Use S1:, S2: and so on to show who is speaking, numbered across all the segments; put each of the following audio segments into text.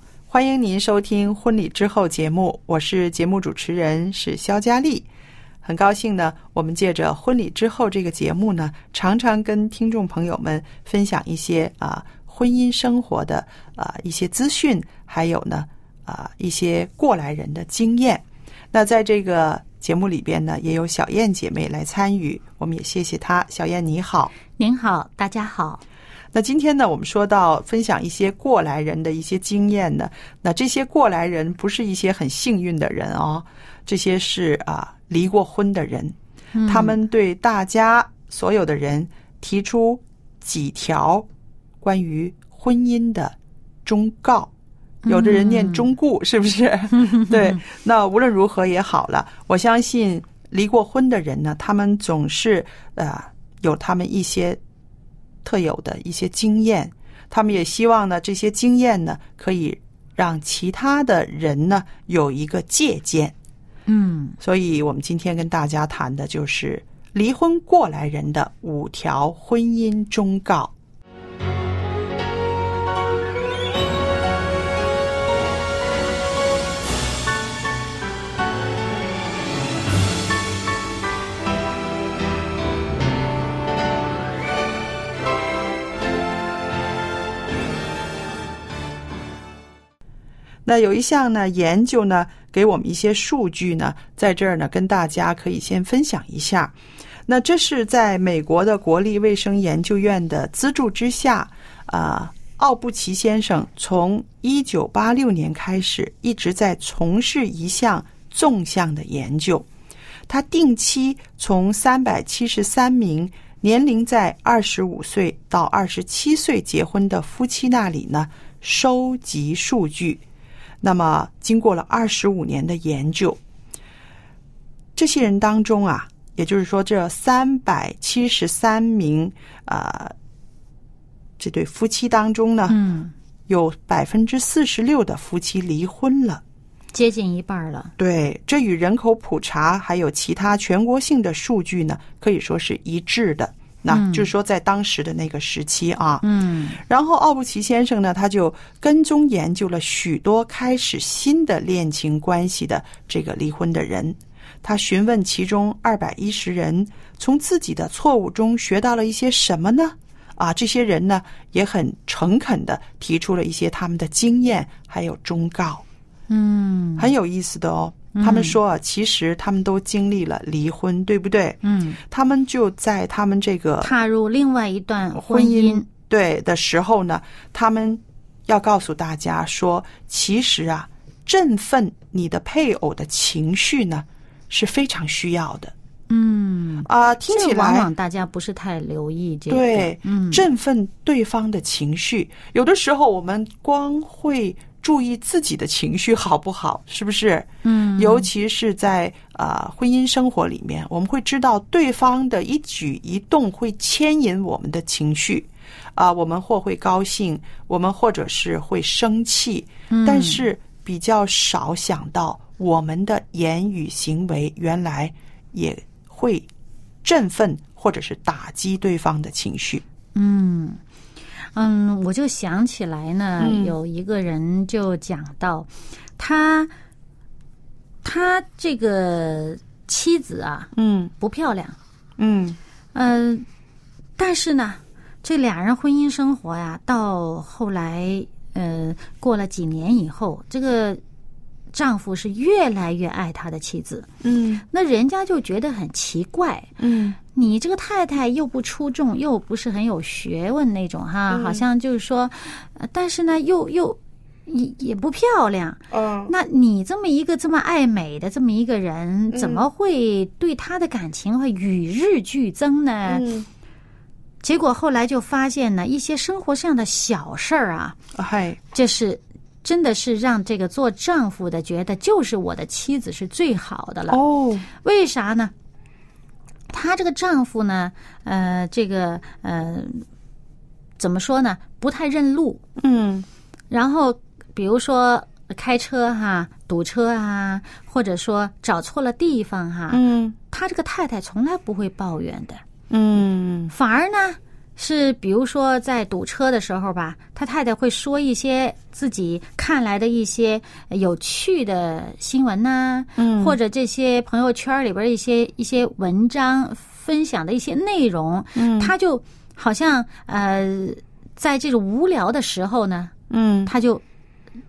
S1: 欢迎您收听《婚礼之后》节目，我是节目主持人是肖佳丽。很高兴呢，我们借着《婚礼之后》这个节目呢，常常跟听众朋友们分享一些啊婚姻生活的啊一些资讯，还有呢啊一些过来人的经验。那在这个节目里边呢，也有小燕姐妹来参与，我们也谢谢她。小燕你好，
S2: 您好，大家好。
S1: 那今天呢，我们说到分享一些过来人的一些经验呢。那这些过来人不是一些很幸运的人哦，这些是啊离过婚的人，
S2: 嗯
S1: 他们对大家所有的人提出几条关于婚姻的忠告。有的人念忠固，是不是？对，那无论如何也好了。我相信离过婚的人呢，他们总是呃有他们一些特有的一些经验，他们也希望呢这些经验呢可以让其他的人呢有一个借鉴。
S2: 嗯，
S1: 所以我们今天跟大家谈的就是离婚过来人的五条婚姻忠告。那有一项呢研究呢，给我们一些数据呢，在这儿呢跟大家可以先分享一下。那这是在美国的国立卫生研究院的资助之下，啊、奥布奇先生从一九八六年开始一直在从事一项纵向的研究。他定期从三百七十三名年龄在二十五岁到二十七岁结婚的夫妻那里呢收集数据。那么，经过了二十五年的研究，这些人当中啊，也就是说，这三百七十三名啊、呃这对夫妻当中呢，
S2: 嗯，
S1: 有百分之四十六的夫妻离婚了。
S2: 接近一半了。
S1: 对，这与人口普查还有其他全国性的数据呢，可以说是一致的。那就是说，在当时的那个时期啊，
S2: 嗯
S1: 然后奥布奇先生呢，他就跟踪研究了许多开始新的恋情关系的这个离婚的人。他询问其中二百一十人，从自己的错误中学到了一些什么呢？啊，这些人呢也很诚恳的提出了一些他们的经验还有忠告，
S2: 嗯
S1: 很有意思的哦。他们说啊，其实他们都经历了离婚，对不对？
S2: 嗯，
S1: 他们就在他们这个
S2: 踏入另外一段
S1: 呃婚
S2: 姻，
S1: 姻对的时候呢，他们要告诉大家说，其实啊，振奋你的配偶的情绪呢是非常需要的
S2: 嗯，
S1: 啊、听起
S2: 这往
S1: 来
S2: 往大家不是太留意这个。
S1: 对，
S2: 嗯，
S1: 振奋对方的情绪，有的时候我们光会注意自己的情绪好不好，是不是？
S2: 嗯，
S1: 尤其是在啊、呃婚姻生活里面，我们会知道对方的一举一动会牵引我们的情绪，啊，我们或会高兴，我们或者是会生气，但是比较少想到我们的言语行为原来也会振奋或者是打击对方的情绪。
S2: 嗯，嗯，我就想起来呢，
S1: 嗯
S2: 有一个人就讲到，他他这个妻子啊
S1: 嗯
S2: 不漂亮，
S1: 嗯
S2: 呃，但是呢，这俩人婚姻生活呀，到后来呃过了几年以后，这个丈夫是越来越爱他的妻子，
S1: 嗯
S2: 那人家就觉得很奇怪，
S1: 嗯
S2: 你这个太太又不出众，又不是很有学问那种哈，
S1: 嗯
S2: 好像就是说，呃但是呢，又又也也不漂亮。
S1: 嗯
S2: 那你这么一个这么爱美的这么一个
S1: 嗯
S2: 人，怎么会对她的感情会与日俱增呢？
S1: 嗯，
S2: 结果后来就发现呢，一些生活上的小事儿啊，
S1: 嗨，
S2: 这是真的是让这个做丈夫的觉得，就是我的妻子是最好的了。
S1: 哦，
S2: 为啥呢？她这个丈夫呢，呃，这个呃，怎么说呢？不太认路。
S1: 嗯
S2: 然后比如说开车哈、堵车啊，或者说找错了地方哈、
S1: 嗯
S2: 她这个太太从来不会抱怨的，
S1: 嗯
S2: 反而呢。是，比如说在堵车的时候吧，她太太会说一些自己看来的一些有趣的新闻呐、
S1: 嗯
S2: 或者这些朋友圈里边一些一些文章分享的一些内容，
S1: 嗯
S2: 他就好像呃，在这种无聊的时候呢，
S1: 嗯
S2: 他就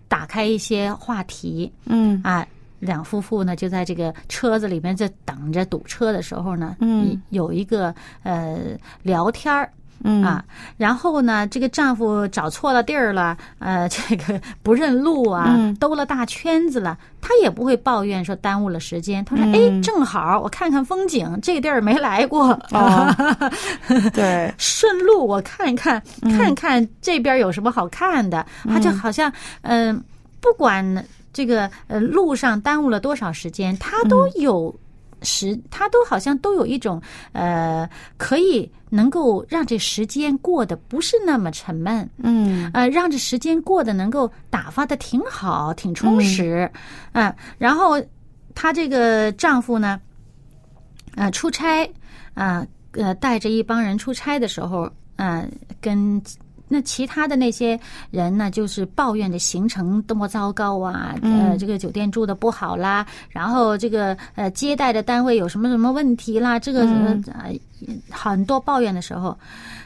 S2: 打开一些话题
S1: 嗯
S2: 啊。两夫妇呢，就在这个车子里面，在等着堵车的时候呢，
S1: 嗯，
S2: 有一个呃聊天儿，
S1: 嗯
S2: 啊，然后呢，这个丈夫找错了地儿了，呃， 这个不认路啊，
S1: 嗯
S2: 兜了大圈子了，他也不会抱怨说耽误了时间。他说：“哎、
S1: 嗯
S2: 正好我看看风景，这个地儿没来过，
S1: 哦对，
S2: 顺路我看看，看看这边有什么好看的。他就好像，嗯、不管这个呃路上耽误了多少时间，他都有时，他都好像都有一种呃，可以能够让这时间过得不是那么沉闷，
S1: 嗯
S2: 呃，让这时间过得能够打发的挺好，挺充实，嗯、然后她这个丈夫呢，呃，出差，啊，呃，带着一帮人出差的时候，呃，跟那其他的那些人呢，就是抱怨的行程多么糟糕啊，呃，这个酒店住的不好啦，然后这个呃接待的单位有什么什么问题啦，这个呃很多抱怨的时候，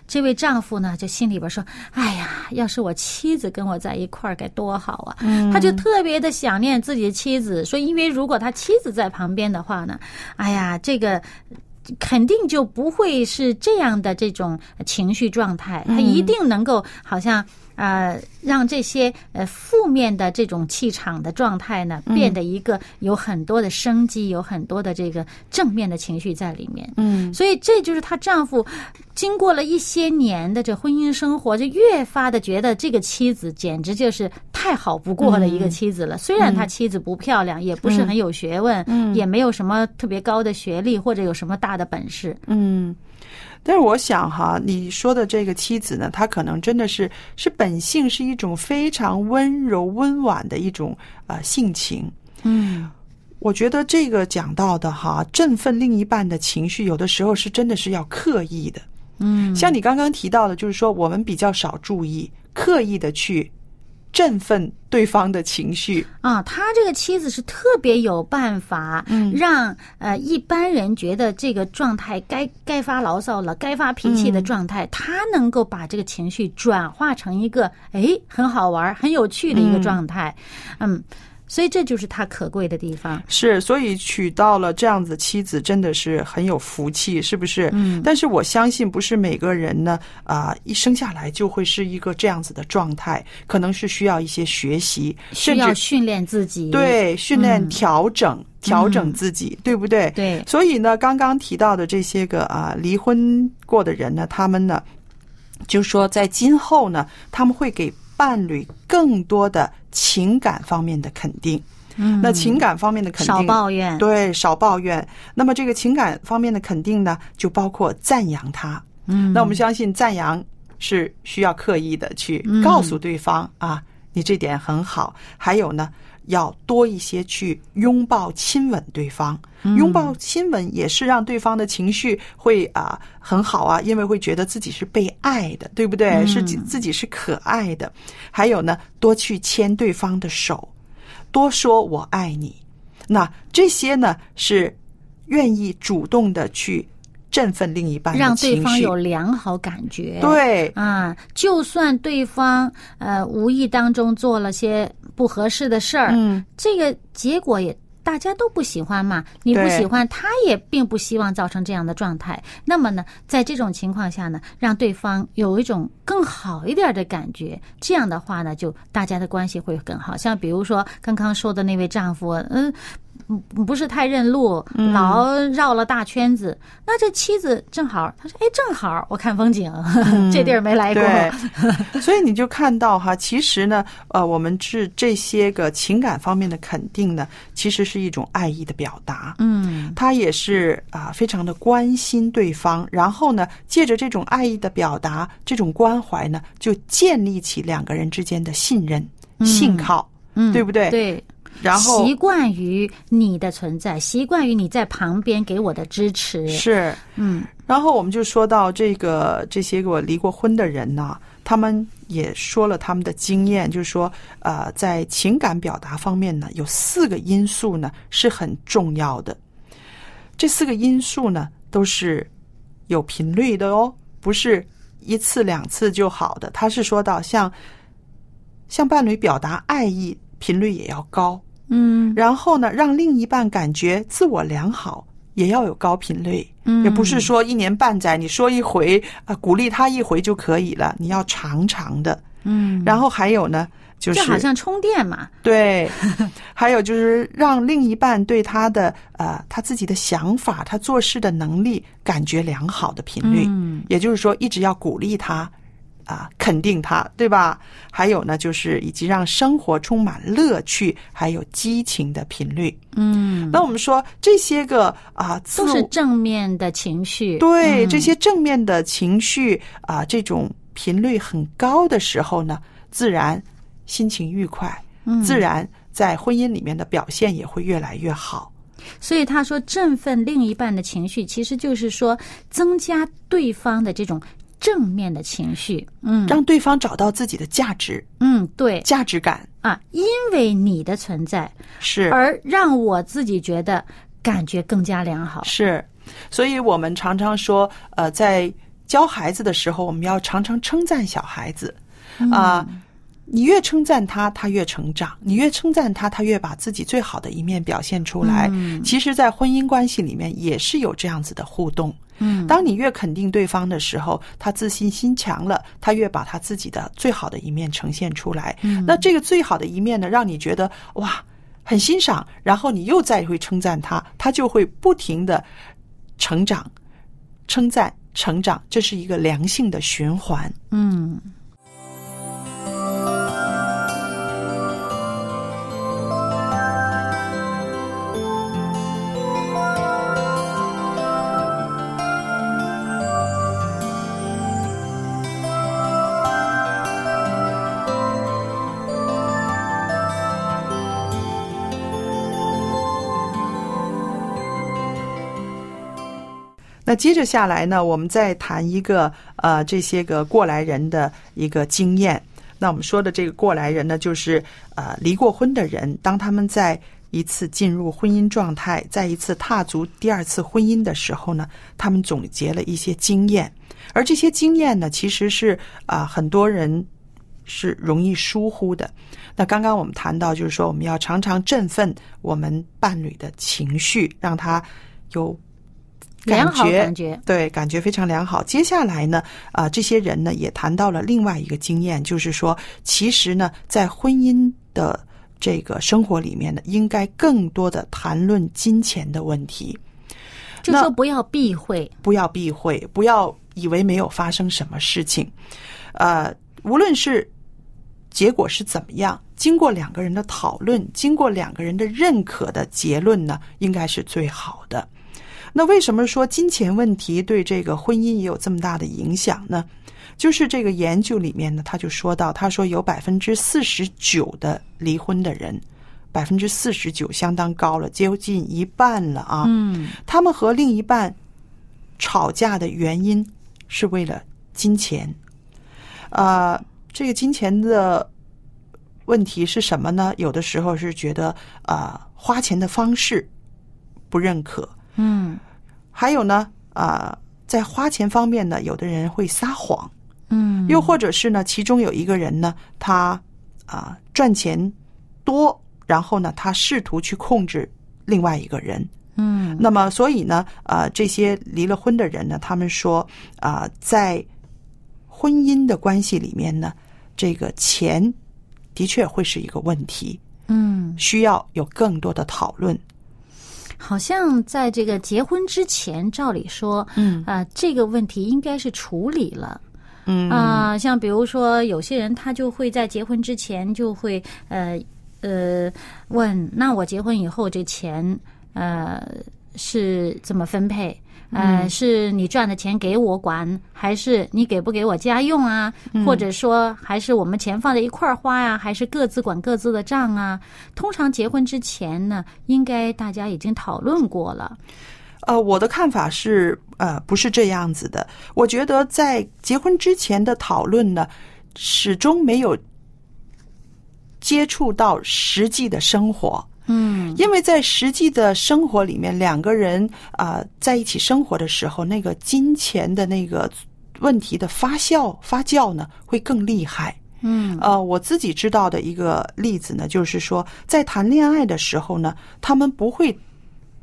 S2: 这位丈夫呢就心里边说：“哎呀，要是我妻子跟我在一块儿该多好啊！”他就特别的想念自己的妻子，说因为如果他妻子在旁边的话呢，哎呀，这个。肯定就不会是这样的这种情绪状态，他一定能够好像呃让这些呃负面的这种气场的状态呢，变得一个有很多的生机，有很多的这个正面的情绪在里面。
S1: 嗯
S2: 所以这就是她丈夫经过了一些年的这婚姻生活，就越发的觉得这个妻子简直就是太好不过的一个妻子了。虽然他妻子不漂亮，也不是很有学问，也没有什么特别高的学历或者有什么大的本事。
S1: 嗯。但是我想哈，你说的这个妻子呢，她可能真的是是本性是一种非常温柔温婉的一种呃性情。
S2: 嗯
S1: 我觉得这个讲到的哈，振奋另一半的情绪，有的时候是真的是要刻意的。
S2: 嗯
S1: 像你刚刚提到的，就是说我们比较少注意，刻意的去振奋对方的情绪。
S2: 啊，他这个妻子是特别有办法，
S1: 嗯
S2: 让呃一般人觉得这个状态该该发牢骚了，该发脾气的状态，
S1: 嗯
S2: 他能够把这个情绪转化成一个哎很好玩儿、很有趣的一个状态，嗯所以这就是他可贵的地方。
S1: 是，所以娶到了这样子妻子，真的是很有福气，是不是？嗯。但是我相信，不是每个人呢，啊、一生下来就会是一个这样子的状态，可能是需要一些学习，
S2: 需
S1: 甚
S2: 要
S1: 至
S2: 训练自己，
S1: 对训练、
S2: 嗯
S1: 调整、调整自己，对不对？
S2: 对，
S1: 所以呢，刚刚提到的这些个啊离婚过的人呢，他们呢，就说在今后呢，他们会给伴侣更多的情感方面的肯定。
S2: 嗯
S1: 那情感方面的肯定，
S2: 少抱怨，
S1: 对，少抱怨。那么这个情感方面的肯定呢，就包括赞扬他。
S2: 嗯，
S1: 那我们相信赞扬是需要刻意的去告诉对方、啊，你这点很好。还有呢，要多一些去拥抱、亲吻对方。拥抱、亲吻也是让对方的情绪会啊很好啊，因为会觉得自己是被爱的，对不对？是自自己是可爱的。还有呢，多去牵对方的手，多说我爱你。那这些呢是愿意主动的去振奋另一半的
S2: 让
S1: 情绪，
S2: 对方有良好感觉。
S1: 对
S2: 啊，就算对方呃无意当中做了些不合适的事儿，
S1: 嗯，
S2: 这个结果也大家都不喜欢嘛。你不
S1: 对
S2: 喜欢，他也并不希望造成这样的状态。那么呢，在这种情况下呢，让对方有一种更好一点的感觉，这样的话呢，就大家的关系会更好。像比如说刚刚说的那位丈夫，嗯。不不是太认路，
S1: 嗯
S2: 老绕了大圈子。那这妻子正好，她说：“哎，正好我看风景， 这地儿没来过。
S1: 嗯对， 所以你就看到哈，其实呢，呃，我们是这些个情感方面的肯定呢，其实是一种爱意的表达。
S2: 嗯
S1: 他也是啊、非常的关心对方，然后呢，借着这种爱意的表达，这种关怀呢，就建立起两个人之间的信任、信靠，
S2: 嗯，
S1: 对不对？
S2: 对，
S1: 然后
S2: 习惯于你的存在，习惯于你在旁边给我的支持。
S1: 是
S2: 嗯
S1: 然后我们就说到这个这些个离过婚的人呢、他们也说了他们的经验，就是说，呃，在情感表达方面呢，有四个因素呢是很重要的。这四个因素呢都是有频率的哦，不是一次两次就好的。他是说到像向伴侣表达爱意，频率也要高，
S2: 嗯
S1: 然后呢，让另一半感觉自我良好，也要有高频率。
S2: 嗯
S1: 也不是说一年半载你说一回啊、鼓励他一回就可以了，你要常常的。
S2: 嗯，
S1: 然后还有呢，就
S2: 就是好像充电嘛。
S1: 对， 还有就是让另一半对他的呃他自己的想法、他做事的能力感觉良好的频率。
S2: 嗯
S1: 也就是说，一直要鼓励他，啊、肯定他，对吧？还有呢，就是以及让生活充满乐趣，还有激情的频率。
S2: 嗯，
S1: 那我们说这些个啊、自
S2: 都
S1: 我
S2: 是正面的情绪。
S1: 对、
S2: 嗯
S1: 这些正面的情绪啊、这种频率很高的时候呢，自然心情愉快，
S2: 嗯
S1: 自然在婚姻里面的表现也会越来越好。
S2: 所以他说，振奋另一半的情绪，其实就是说增加对方的这种正面的情绪。嗯
S1: 让对方找到自己的价值、
S2: 嗯，对
S1: 价值感
S2: 啊，因为你的存在，
S1: 是
S2: 而让我自己觉得感觉更加良好。
S1: 是，所以我们常常说，呃，在教孩子的时候，我们要常常称赞小孩子，啊、
S2: 嗯
S1: 你越称赞他，他越成长；你越称赞他，他越把自己最好的一面表现出
S2: 嗯
S1: 来。其实，在婚姻关系里面也是有这样子的互动。
S2: 嗯，
S1: 当你越肯定对方的时候，他自信心强了，他越把他自己的最好的一面呈现出来。嗯，那这个最好的一面呢，让你觉得哇，很欣赏，然后你又再会称赞他，他就会不停的成长，称赞成长，这是一个良性的循环。
S2: 嗯。
S1: 那接着下来呢，我们再谈一个呃这些个过来人的一个经验。那我们说的这个过来人呢，就是呃离过婚的人，当他们在一次进入婚姻状态，再一次踏足第二次婚姻的时候呢，他们总结了一些经验，而这些经验呢，其实是啊、呃很多人是容易疏忽的。那刚刚我们谈到，就是说我们要常常振奋我们伴侣的情绪，让他有
S2: 良好感觉，
S1: 对，感觉非常良好。接下来呢，啊、这些人呢也谈到了另外一个经验，就是说，其实呢，在婚姻的这个生活里面呢，应该更多的谈论金钱的问题，
S2: 就
S1: 那
S2: 说不要避讳。
S1: 不要避讳，不要以为没有发生什么事情。呃，无论是结果是怎么样，经过两个人的讨论，经过两个人的认可的结论呢，应该是最好的。那为什么说金钱问题对这个婚姻也有这么大的影响呢？就是这个研究里面呢，他就说到，他说有百分之四十九的离婚的人，百分之四十九相当高了，接近一半了啊。
S2: 嗯
S1: 他们和另一半吵架的原因是为了金钱。呃，这个金钱的问题是什么呢？有的时候是觉得啊、呃花钱的方式不认可，
S2: 嗯
S1: 还有呢，啊、在花钱方面呢，有的人会撒谎，
S2: 嗯，
S1: 又或者是呢，其中有一个人呢，他啊、赚钱多，然后呢，他试图去控制另外一个人，
S2: 嗯
S1: 那么，所以呢，呃，这些离了婚的人呢，他们说啊、在婚姻的关系里面呢，这个钱的确会是一个问题，
S2: 嗯，
S1: 需要有更多的讨论。
S2: 好像在这个结婚之前，照理说，
S1: 嗯
S2: 啊、这个问题应该是处理了。
S1: 嗯
S2: 啊、像比如说有些人他就会在结婚之前就会呃呃问，那我结婚以后这钱呃是怎么分配？呃，
S1: 嗯
S2: 是你赚的钱给我管，还是你给不给我家用啊？
S1: 嗯
S2: 或者说，还是我们钱放在一块儿花呀、还是各自管各自的账啊？通常结婚之前呢，应该大家已经讨论过了。
S1: 呃，我的看法是，呃，不是这样子的。我觉得在结婚之前的讨论呢，始终没有接触到实际的生活。
S2: 嗯
S1: 因为在实际的生活里面，两个人啊、呃在一起生活的时候，那个金钱的那个问题的发酵发酵呢，会更厉害。
S2: 嗯
S1: 呃，我自己知道的一个例子呢，就是说，在谈恋爱的时候呢，他们不会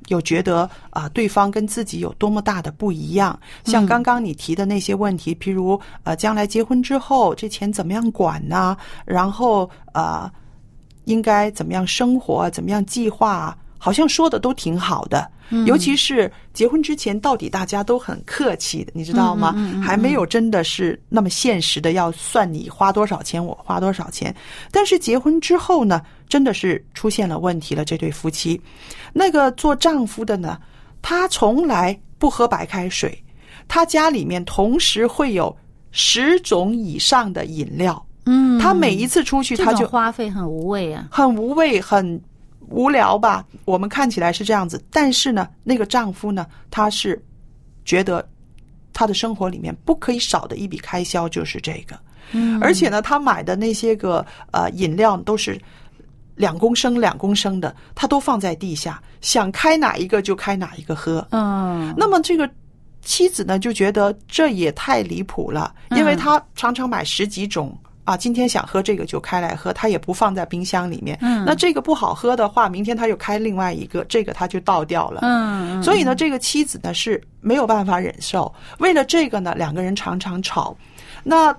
S1: 有觉得啊、对方跟自己有多么大的不一样。像刚刚你提的那些问题，譬如呃，将来结婚之后，这钱怎么样管呢、然后啊、呃应该怎么样生活，怎么样计划啊、好像说的都挺好的。尤其是结婚之前，到底大家都很客气的，你知道吗？还没有真的是那么现实的要算你花多少钱，我花多少钱。但是结婚之后呢，真的是出现了问题了。这对夫妻，那个做丈夫的呢，他从来不喝白开水，他家里面同时会有十种以上的饮料，
S2: 嗯，
S1: 他每一次出去
S2: 这
S1: 他就
S2: 种花费很无谓啊。
S1: 很无味、很无聊吧？我们看起来是这样子，但是呢，那个丈夫呢，他是觉得他的生活里面不可以少的一笔开销就是这个，
S2: 嗯
S1: 而且呢，他买的那些个呃饮料都是。两公升、两公升的，他都放在地下，想开哪一个就开哪一个喝。
S2: 嗯，
S1: 那么这个妻子呢，就觉得这也太离谱了，因
S2: 嗯
S1: 为她常常买十几种。啊，今天想喝这个就开来喝，她也不放在冰箱里面。
S2: 嗯
S1: 那这个不好喝的话，明天她又开另外一个，这个她就倒掉了。
S2: 嗯，
S1: 所以呢，这个妻子呢是没有办法忍受。为了这个呢，两个人常常吵。那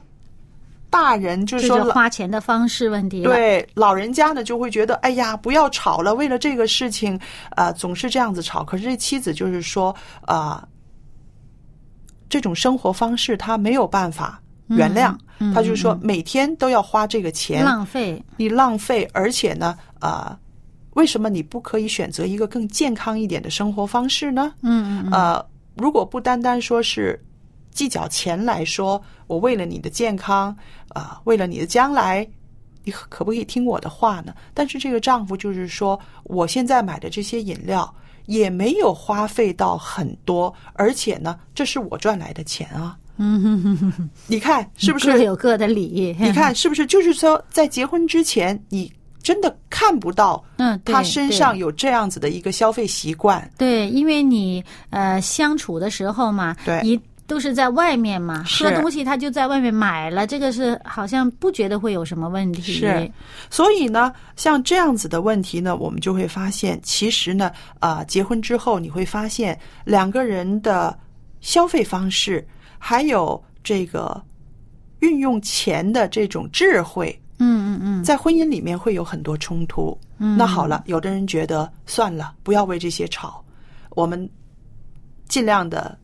S1: 大人就
S2: 这
S1: 是说
S2: 是
S1: 老
S2: 花钱的方式问题了。，
S1: 对，老人家呢就会觉得，哎呀，不要吵了，为了这个事情，呃，总是这样子吵。可是这妻子就是说，啊、这种生活方式他没有办法原谅，
S2: 嗯
S1: 他就说每天都要花这个钱，
S2: 浪费。
S1: 你浪费，而且呢，啊、为什么你不可以选择一个更健康一点的生活方式呢？
S2: 嗯嗯
S1: 呃，如果不单单说是计较钱来说，我为了你的健康，啊、为了你的将来，你可可不可以听我的话呢？但是这个丈夫就是说，我现在买的这些饮料也没有花费到很多，而且呢，这是我赚来的钱啊。
S2: 嗯哼哼哼，
S1: 你看是不
S2: 各
S1: 是？
S2: 有各的理？
S1: 你，看是不是？就是说，在结婚之前，你真的看不到
S2: 嗯，对
S1: 他身上。有这样子的一个消费习惯。
S2: 对，对因为你呃相处的时候嘛，
S1: 对
S2: 一都是在外面嘛，
S1: 是
S2: 喝东西他就在外面买了，这个是好像不觉得会有什么问题。
S1: 是，所以呢，像这样子的问题呢，我们就会发现，其实呢，啊、结婚之后你会发现两个人的消费方式，还有这个运用钱的这种智慧，
S2: 嗯嗯嗯
S1: 在婚姻里面会有很多冲突。
S2: 嗯。
S1: 那好了，有的人觉得算了，不要为这些吵，我们尽量的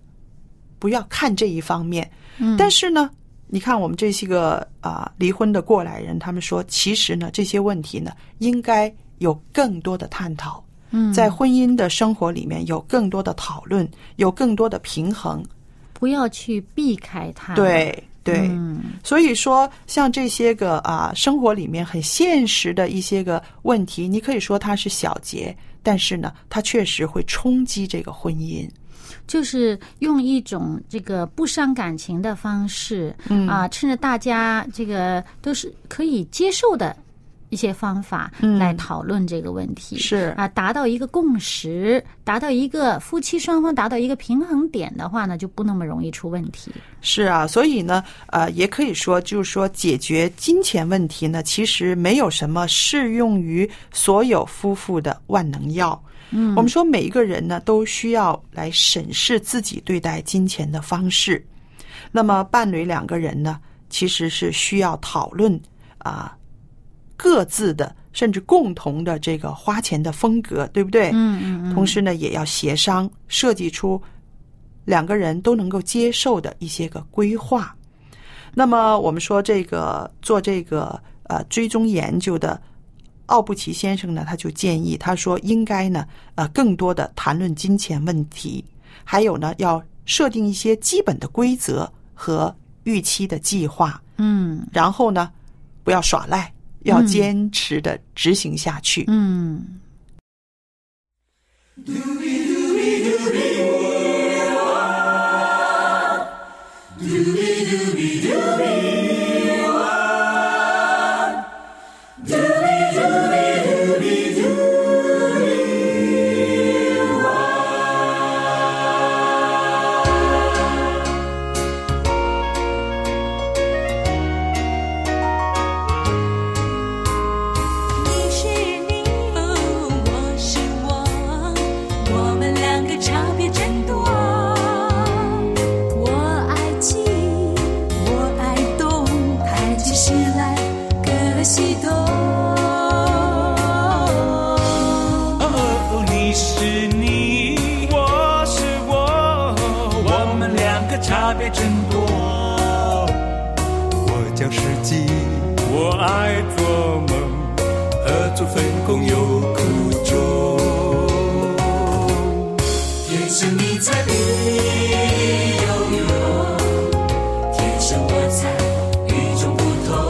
S1: 不要看这一方面。
S2: 嗯，
S1: 但是呢，你看我们这些个啊、离婚的过来人，他们说，其实呢这些问题呢，应该有更多的探讨，
S2: 嗯，
S1: 在婚姻的生活里面有更多的讨论，有更多的平衡。
S2: 不要去避开它。，
S1: 对，对，
S2: 啊嗯
S1: 所以说，像这些个啊，生活里面很现实的一些个问题，你可以说它是小节，但是呢，它确实会冲击这个婚姻。
S2: 就是用一种这个不伤感情的方式，
S1: 嗯
S2: 啊，趁着大家这个都是可以接受的一些方法
S1: 嗯
S2: 来讨论这个问题，
S1: 是
S2: 啊，达到一个共识，达到一个夫妻双方达到一个平衡点的话呢，就不那么容易出问题。
S1: 是啊，所以呢，呃，也可以说，就是说，解决金钱问题呢，其实没有什么适用于所有夫妇的万能药。嗯，我们说每一个人呢，都需要来审视自己对待金钱的方式。那么，伴侣两个人呢，其实是需要讨论啊、各自的甚至共同的这个花钱的风格，对不对？
S2: 嗯嗯嗯，
S1: 同时呢，也要协商设计出两个人都能够接受的一些个规划。那么，我们说这个做这个呃追踪研究的奥布奇先生呢，他就建议他说应该呢呃更多的谈论金钱问题，还有呢要设定一些基本的规则和预期的计划，
S2: 嗯
S1: 然后呢不要耍赖，要坚持的执行下去。
S2: 嗯。
S3: 你是你，我是我，我们两个差别真多。我爱静，我爱动，谈起事来可惜多。
S4: 哦，你是你，我是我，我们两个差别真多。我讲实际，我爱做梦，合作分工有苦衷。
S3: 天生你才必有我，天生我才与众不同。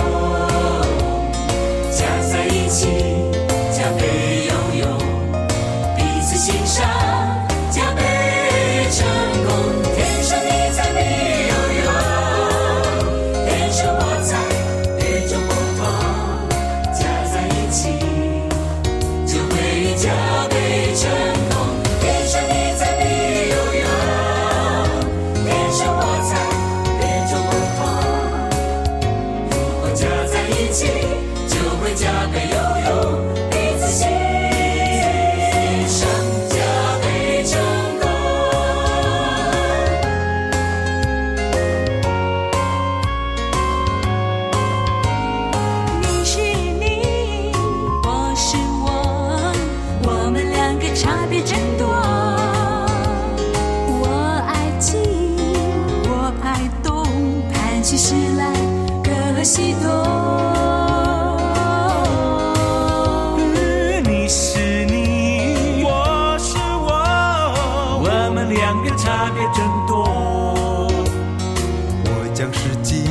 S3: 加在一起，加倍有用，彼此欣赏，加倍成功。天生你才必有我，天生我才与众不同。加在一起。就会加倍成功。天生你才必有用，天生我才与众不同。如果加在一起，就会加倍有用，彼此欣赏，加倍成功。你是你，我是我，我们两个差别真多。我爱静，我爱动，谈起事来可喜多。
S4: 你是你，我是我，我们两个差别真多。我讲实际，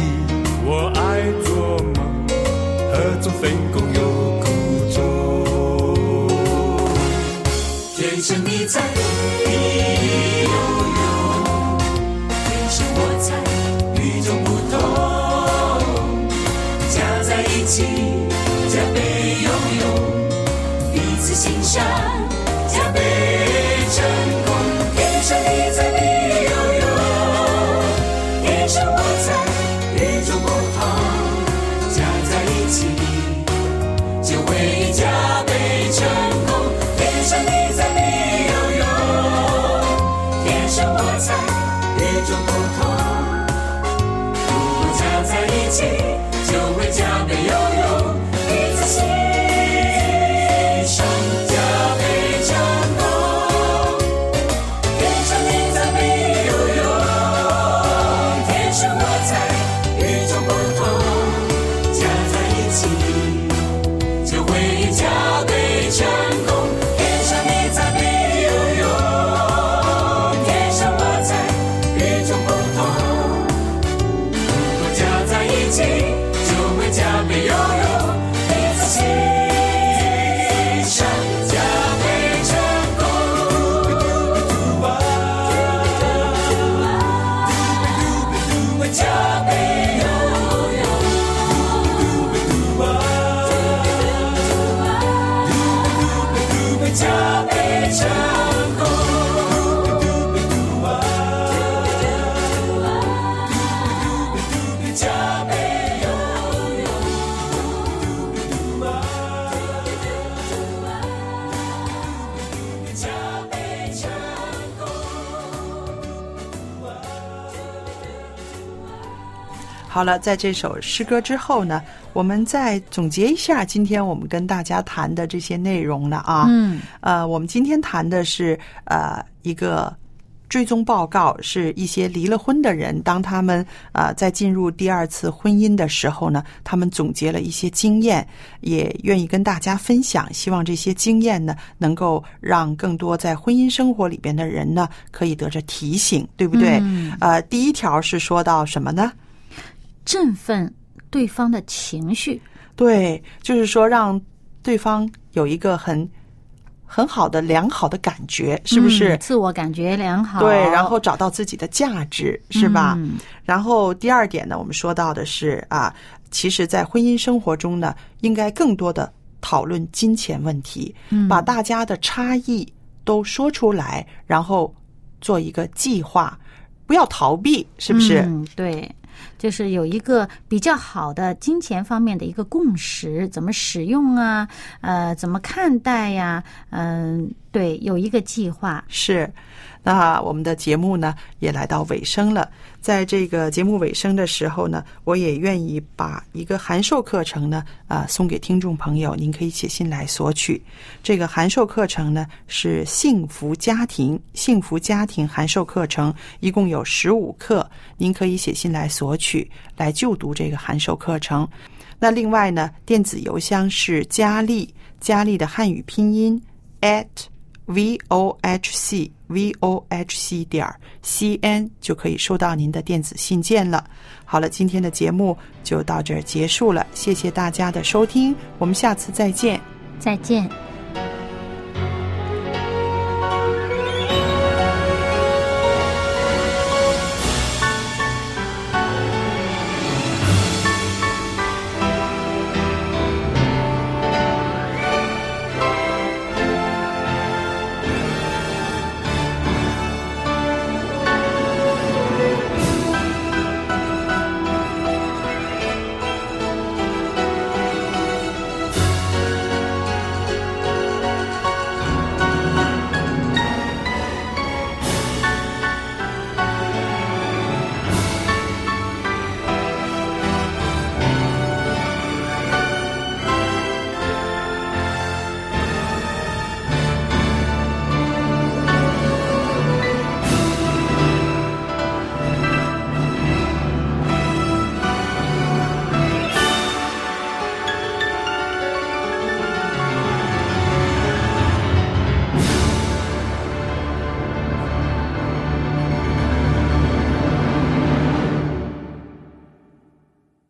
S4: 我爱做梦，合作分工有苦衷。
S3: 天生你才必有用，天生我才与众不同。加在一起，加倍有用，彼此欣赏，加倍成功。天生你才必有用，天生我才与众不同。加在一起。就会加倍成功。天生你才必有用，天生我才与众不同。如果加在一起，就会加倍有用，彼此欣赏，加倍成功。天生你才必有用，天生我才与众不同。加在一起。就会加倍成功。天生你才必有用，天生我才与众不同。如果加
S1: 好了，在这首诗歌之后呢，我们再总结一下今天我们跟大家谈的这些内容了啊。
S2: 嗯
S1: 呃，我们今天谈的是呃一个追踪报告，是一些离了婚的人，当他们呃在进入第二次婚姻的时候呢，他们总结了一些经验，也愿意跟大家分享。希望这些经验呢，能够让更多在婚姻生活里边的人呢，可以得着提醒，对不对？
S2: 嗯
S1: 呃，第一条是说到什么呢？
S2: 振奋对方的情绪，
S1: 对，就是说让对方有一个很很好的良好的感觉，是不是？
S2: 嗯自我感觉良嗯好？
S1: 对，然后找到自己的价值，是吧？
S2: 嗯
S1: 然后第二点呢，我们说到的是啊，其实，在婚姻生活中呢，应该更多的讨论金钱问题，
S2: 嗯
S1: 把大家的差异都说出来，然后做一个计划，不要逃避，是不是？
S2: 嗯，对，就是有一个比较好的金钱方面的一个共识，怎么使用啊？呃，怎么看待呀、嗯、对，有一个计划。
S1: 是，那我们的节目呢也来到尾声了。在这个节目尾声的时候呢，我也愿意把一个函授课程呢，啊、送给听众朋友，您可以写信来索取。这个函授课程呢是幸福家庭幸福家庭函授课程，一共有十五课，您可以写信来索取，来就读这个函授课程。那另外呢，电子邮箱是佳丽，佳丽的汉语拼音 at v o h c v o h c 点儿 c n 就可以收到您的电子信件了。好了，今天的节目就到这儿结束了，谢谢大家的收听，我们下次再见。
S2: 再见。